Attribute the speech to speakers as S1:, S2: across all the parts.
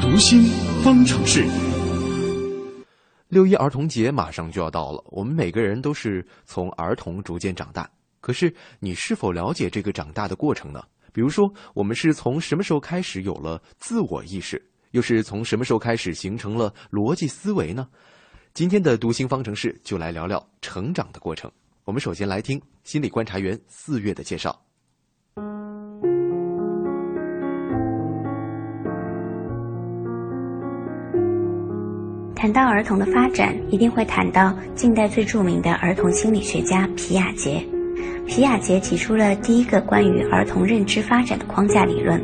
S1: 读心方程式。
S2: 六一儿童节马上就要到了，我们每个人都是从儿童逐渐长大。可是，你是否了解这个长大的过程呢？比如说，我们是从什么时候开始有了自我意识，又是从什么时候开始形成了逻辑思维呢？今天的读心方程式就来聊聊成长的过程。我们首先来听心理观察员四月的介绍。
S3: 谈到儿童的发展，一定会谈到近代最著名的儿童心理学家皮亚杰。皮亚杰提出了第一个关于儿童认知发展的框架理论。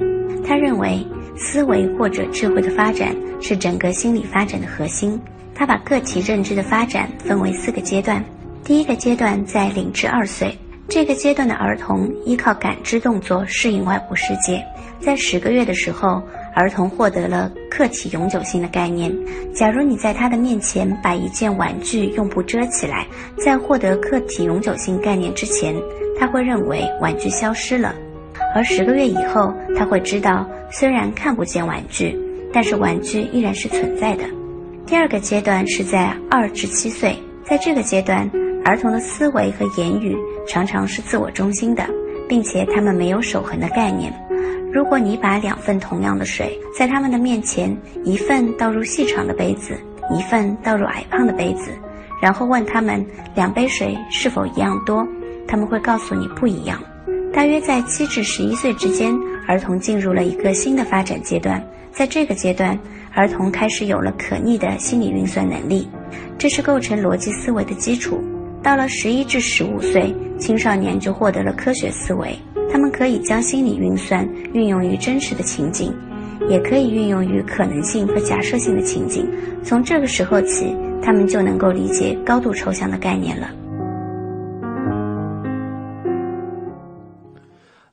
S3: 他认为，思维或者智慧的发展是整个心理发展的核心。他把个体认知的发展分为四个阶段。第一个阶段在零至二岁，这个阶段的儿童依靠感知动作适应外部世界。在十个月的时候，儿童获得了客体永久性的概念。假如你在他的面前把一件玩具用布遮起来，在获得客体永久性概念之前，他会认为玩具消失了；而十个月以后，他会知道虽然看不见玩具，但是玩具依然是存在的。第二个阶段是在二至七岁，在这个阶段，儿童的思维和言语常常是自我中心的，并且他们没有守恒的概念。如果你把两份同样的水在他们的面前，一份倒入细长的杯子，一份倒入矮胖的杯子，然后问他们两杯水是否一样多，他们会告诉你不一样。大约在七至十一岁之间，儿童进入了一个新的发展阶段。在这个阶段，儿童开始有了可逆的心理运算能力，这是构成逻辑思维的基础。到了十一至十五岁，青少年就获得了科学思维，他们可以将心理运算运用于真实的情景，也可以运用于可能性和假设性的情景。从这个时候起，他们就能够理解高度抽象的概念了。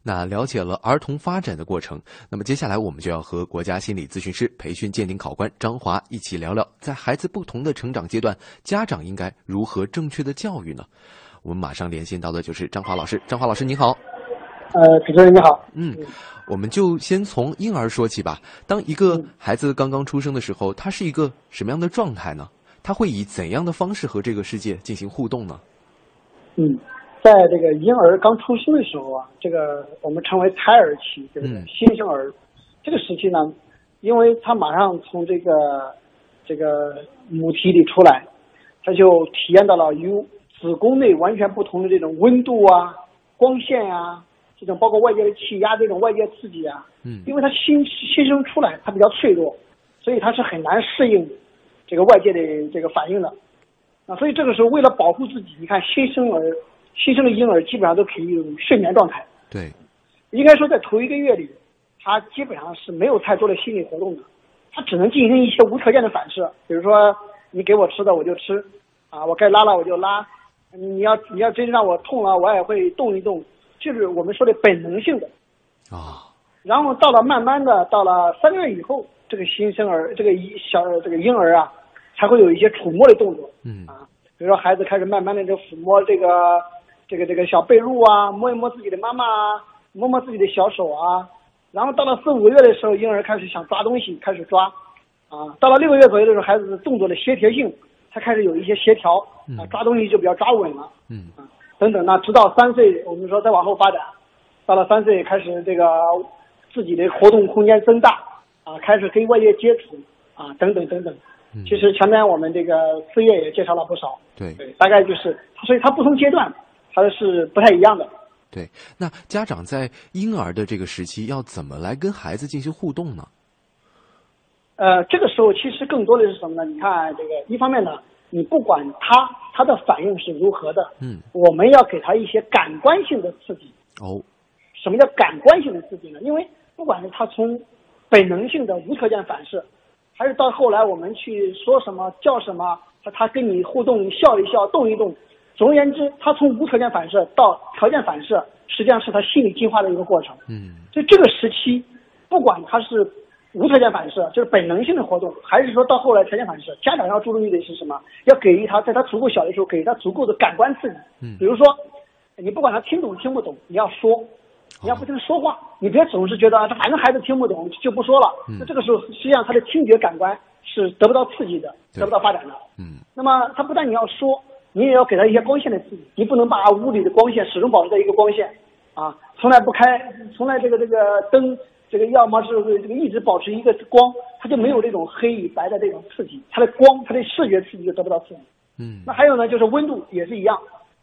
S2: 那了解了儿童发展的过程，那么接下来我们就要和国家心理咨询师培训鉴定考官张华一起聊聊，在孩子不同的成长阶段，家长应该如何正确的教育呢？我们马上连线到的就是张华老师。张华老师，您好。
S4: 呃，主持人你好。
S2: 嗯，我们就先从婴儿说起吧。当一个孩子刚刚出生的时候，他是一个什么样的状态呢？他会以怎样的方式和这个世界进行互动呢？
S4: 嗯，在这个婴儿刚出生的时候啊，这个我们称为胎儿期，就是
S2: 嗯
S4: 新生儿。这个时期呢，因为他马上从这个这个母体里出来，他就体验到了与子宫内完全不同的这种温度啊、光线啊，这种包括外界的气压、这种外界刺激啊。
S2: 嗯
S4: 因为他新新生出来，他比较脆弱，所以他是很难适应这个外界的这个反应的。啊，所以这个时候为了保护自己，你看新生儿、新生的婴儿基本上都处于一种睡眠状态。
S2: 对，
S4: 应该说，在头一个月里，他基本上是没有太多的心理活动的，他只能进行一些无条件的反射，比如说你给我吃的我就吃，啊，我该拉了我就拉，你要你要真让我痛了，我也会动一动，就是我们说的本能性的。
S2: 啊、
S4: 然后到了慢慢的，到了三个月以后，这个新生儿，这个一小这个婴儿啊，才会有一些触摸的动作
S2: 嗯
S4: 啊，比如说孩子开始慢慢的就抚摸这个这个这个小被褥啊，摸一摸自己的妈妈啊，摸摸自己的小手啊，然后到了四五个月的时候，婴儿开始想抓东西，开始抓，啊，到了六个月左右的时候，孩子的动作的协调性，他开始有一些协调啊
S2: 嗯，
S4: 抓东西就比较抓稳了。
S2: 嗯
S4: 啊等等呢，直到三岁，我们说再往后发展，到了三岁开始这个自己的活动空间增大啊，开始跟外界接触啊，等等等等
S2: 嗯。
S4: 其实前面我们这个四月也介绍了不少，
S2: 对
S4: 对，大概就是，所以它不同阶段它是不太一样的。
S2: 对。那家长在婴儿的这个时期要怎么来跟孩子进行互动呢？
S4: 呃，这个时候其实更多的是什么呢？你看这个，一方面呢，你不管他他的反应是如何的，
S2: 嗯，
S4: 我们要给他一些感官性的刺激，
S2: 哦，
S4: 什么叫感官性的刺激呢？因为不管是他从本能性的无条件反射，还是到后来我们去说什么叫什么，他他跟你互动笑一笑动一动，总而言之，他从无条件反射到条件反射，实际上是他心理进化的一个过程。
S2: 嗯
S4: 所以这个时期，不管他是无条件反射，就是本能性的活动，还是说到后来条件反射，家长要注意的是什么？要给予他在他足够小的时候，给予他足够的感官刺激。
S2: 嗯
S4: 比如说，你不管他听懂听不懂，你要说，你要不停地说话，你别总是觉得啊反正孩子听不懂就不说了。
S2: 嗯
S4: 那这个时候实际上他的听觉感官是得不到刺激的，
S2: 对
S4: 得不到发展的。
S2: 嗯，
S4: 那么他不但你要说，你也要给他一些光线的刺激，你不能把屋里的光线始终保持在一个光线啊，从来不开，从来这个这个灯，这个要么是这个一直保持一个光，他就没有这种黑与白的这种刺激，他的光，他的视觉刺激就得不到刺激。
S2: 嗯
S4: 那还有呢，就是温度也是一样，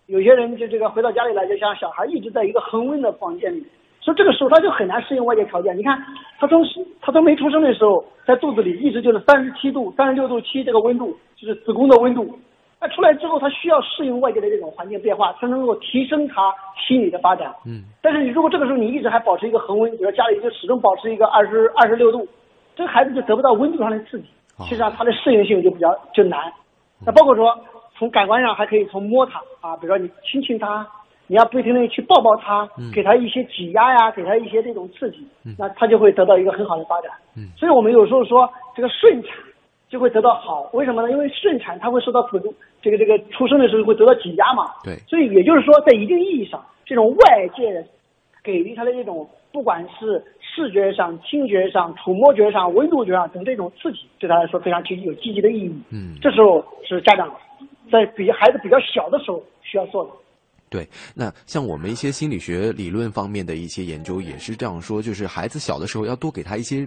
S4: 有些人就这个回到家里来，就像小孩一直在一个恒温的房间里，所以这个时候他就很难适应外界条件。你看，他从他从没出生的时候，在肚子里一直就是三十七度、三十六度七这个温度，就是子宫的温度。那出来之后，他需要适应外界的这种环境变化，才能够提升他心理的发展。
S2: 嗯，
S4: 但是你如果这个时候你一直还保持一个恒温，比如说家里就始终保持一个二十二十六度，这个孩子就得不到温度上的刺激
S2: 哦，
S4: 实际上他的适应性就比较就难。那包括说从感官上还可以从摸它啊，比如说你亲亲它，你要不停的去抱抱它
S2: 嗯，
S4: 给它一些挤压呀，给它一些这种刺激
S2: 嗯，
S4: 那它就会得到一个很好的发展
S2: 嗯。
S4: 所以我们有时候说这个顺产就会得到好，为什么呢？因为顺产它会受到子宫这个这个出生的时候会得到挤压嘛。
S2: 对
S4: 所以也就是说，在一定意义上，这种外界的给予他的这种，不管是视觉上、听觉上、触摸觉上、温度觉上等这种刺激，对他来说非常具有积极的意义。
S2: 嗯
S4: 这时候是家长在比孩子比较小的时候需要做的。
S2: 对，那像我们一些心理学理论方面的一些研究也是这样说，就是孩子小的时候要多给他一些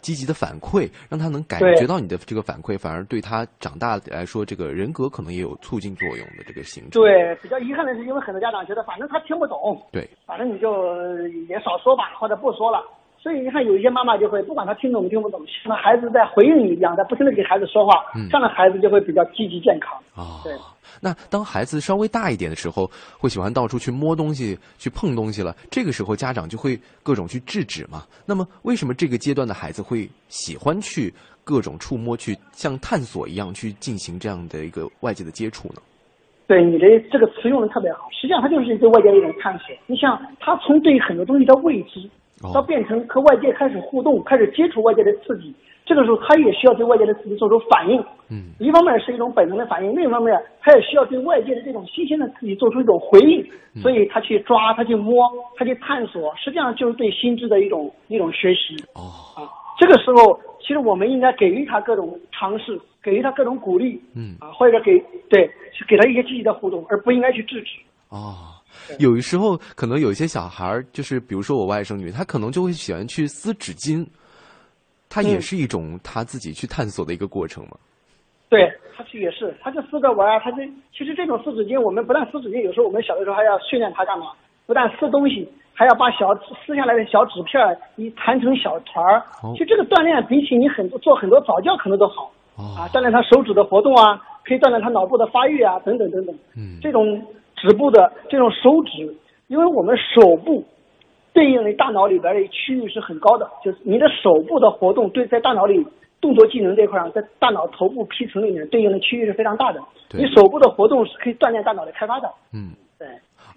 S2: 积极的反馈，让他能感
S4: 对
S2: 觉到你的这个反馈，反而对他长大来说，这个人格可能也有促进作用的这个形成。
S4: 对，比较遗憾的是，因为很多家长觉得反正他听不懂，
S2: 对，
S4: 反正你就呃也少说吧，或者不说了。所以你看，有一些妈妈就会不管他听懂听不懂，像孩子在回应你一样，在不停的给孩子说话，
S2: 嗯
S4: 这样的孩子就会比较积极健康。
S2: 啊、
S4: 对
S2: 那当孩子稍微大一点的时候，会喜欢到处去摸东西、去碰东西了，这个时候家长就会各种去制止嘛。那么，为什么这个阶段的孩子会喜欢去各种触摸、去像探索一样去进行这样的一个外界的接触呢？
S4: 对你的这个词用的特别好，实际上它就是对外界的一种探索。你想，他从对很多东西的未知
S2: 哦，
S4: 到变成和外界开始互动，开始接触外界的刺激，这个时候他也需要对外界的刺激做出反应。
S2: 嗯，
S4: 一方面是一种本能的反应，另一方面他也需要对外界的这种新鲜的刺激做出一种回应。
S2: 嗯
S4: 所以他去抓，他去摸，他去探索，实际上就是对心智的一种一种学习。
S2: 哦，
S4: 啊，这个时候其实我们应该给予他各种尝试，给予他各种鼓励，
S2: 嗯
S4: 啊，或者给对去给他一些积极的互动，而不应该去制止。
S2: 哦，有时候可能有一些小孩儿，就是比如说我外甥女，她可能就会喜欢去撕纸巾，她也
S4: 嗯
S2: 是一种她自己去探索的一个过程嘛。
S4: 对，他去也是，他就撕着玩儿，他这其实这种撕纸巾，我们不但撕纸巾，有时候我们小的时候还要训练他干嘛？不但撕东西，还要把小撕下来的小纸片儿你弹成小团儿
S2: 哦。
S4: 就这个锻炼，啊比起你很多做很多早教可能都好
S2: 哦
S4: 啊，锻炼他手指的活动啊，可以锻炼他脑部的发育啊，等等等等。
S2: 嗯
S4: 这种指部的这种手指，因为我们手部对应的大脑里边的区域是很高的，就是你的手部的活动对在大脑里动作技能这块上，在大脑头部皮层里面对应的区域是非常大的。
S2: 对
S4: 你手部的活动是可以锻炼大脑的开发的。
S2: 嗯
S4: 对，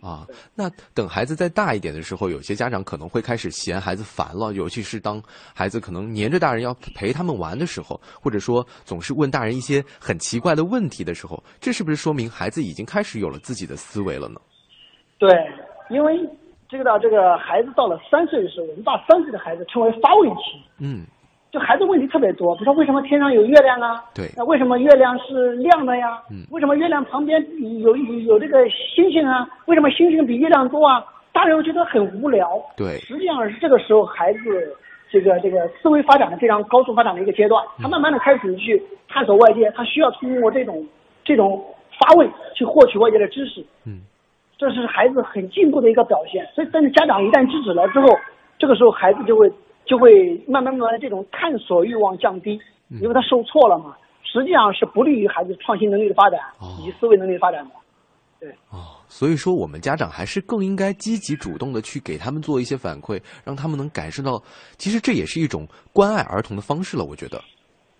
S2: 啊，那等孩子再大一点的时候，有些家长可能会开始嫌孩子烦了，尤其是当孩子可能黏着大人要陪他们玩的时候，或者说总是问大人一些很奇怪的问题的时候，这是不是说明孩子已经开始有了自己的思维了呢？
S4: 对，因为这个到这个孩子到了三岁的时候，我们把三岁的孩子称为发问期。
S2: 嗯，
S4: 就孩子问题特别多，比如说为什么天上有月亮啊？
S2: 对
S4: 那为什么月亮是亮的呀？
S2: 嗯
S4: 为什么月亮旁边有有有这个星星啊？为什么星星比月亮多啊？大人会觉得很无聊。
S2: 对
S4: 实际上是这个时候孩子这个这个思维发展的非常高速发展的一个阶段，
S2: 嗯
S4: 他慢慢的开始去探索外界，他需要通过这种这种发问去获取外界的知识。
S2: 嗯，
S4: 这是孩子很进步的一个表现。所以，但是家长一旦制止了之后，这个时候孩子就会就会慢慢慢慢这种探索欲望降低，
S2: 嗯
S4: 因为他受挫了嘛。实际上是不利于孩子创新能力的发展
S2: 哦
S4: 以及思维能力的发展的。
S2: 哦，所以说我们家长还是更应该积极主动的去给他们做一些反馈，让他们能感受到，其实这也是一种关爱儿童的方式了。我觉得，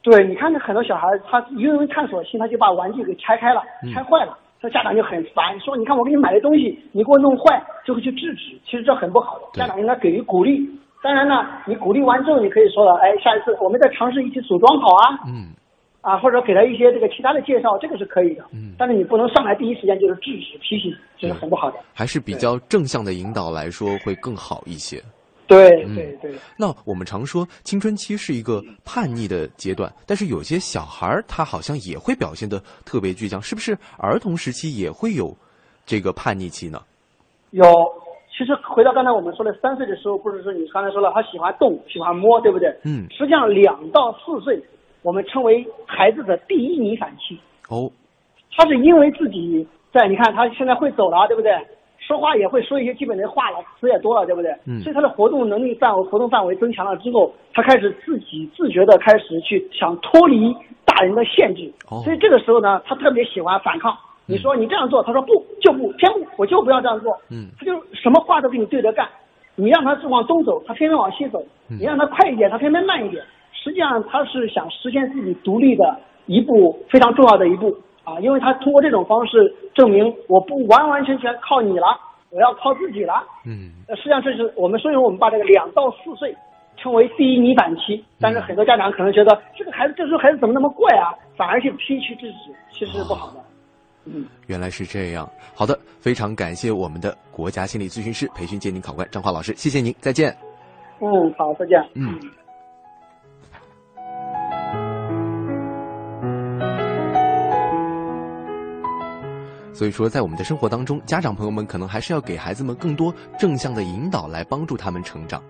S4: 对，你看那很多小孩儿，他因为探索心，他就把玩具给拆开了，
S2: 嗯
S4: 拆坏了，所以家长就很烦，说你看我给你买的东西，你给我弄坏，就会去制止。其实这很不好的，
S2: 对
S4: 家长应该给予鼓励。当然呢，你鼓励完之后，你可以说了，哎，下一次我们再尝试一起组装好啊，
S2: 嗯，
S4: 啊，或者给他一些这个其他的介绍，这个是可以的。嗯，但是你不能上来第一时间就是制止、批评，这是很不好的。
S2: 还是比较正向的引导来说会更好一些。
S4: 对对对，
S2: 那我们常说青春期是一个叛逆的阶段，但是有些小孩儿他好像也会表现得特别倔强，是不是儿童时期也会有这个叛逆期呢？
S4: 有。其实回到刚才我们说的，三岁的时候，不是说你刚才说了，他喜欢动，喜欢摸，对不对？
S2: 嗯
S4: 实际上，两到四岁，我们称为孩子的第一逆反期。
S2: 哦，
S4: 他是因为自己在，你看他现在会走了，对不对？说话也会说一些基本的话了，词也多了，对不对？
S2: 嗯
S4: 所以他的活动能力范围、活动范围增强了之后，他开始自己自觉的开始去想脱离大人的限制。
S2: 哦
S4: 所以这个时候呢，他特别喜欢反抗。你说你这样做，他说不就不，偏不，我就不要这样做。
S2: 嗯
S4: 他就什么话都跟你对着干。你让他是往东走，他偏偏往西走；
S2: 嗯
S4: 你让他快一点，他偏偏慢一点。实际上，他是想实现自己独立的一步非常重要的一步啊，因为他通过这种方式证明我不完完全全靠你了，我要靠自己了。
S2: 嗯，
S4: 呃实际上，这是我们所以说我们把这个两到四岁称为第一泥板期。但是很多家长可能觉得这个孩子这时候孩子怎么那么怪啊，反而去批去制止，其实是不好的。嗯，
S2: 原来是这样。好的，非常感谢我们的国家心理咨询师培训鉴定考官张华老师，谢谢您，再见。
S4: 嗯，好，再见。
S2: 嗯。所以说，在我们的生活当中，家长朋友们可能还是要给孩子们更多正向的引导，来帮助他们成长。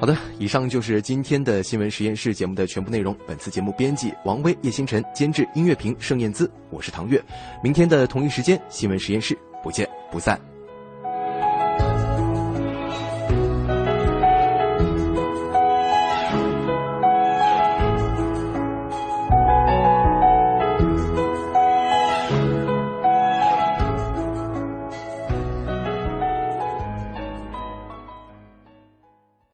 S2: 好的，以上就是今天的新闻实验室节目的全部内容。本次节目编辑王威、叶星辰，监制音乐评盛燕姿，我是唐月。明天的同一时间，新闻实验室不见不散。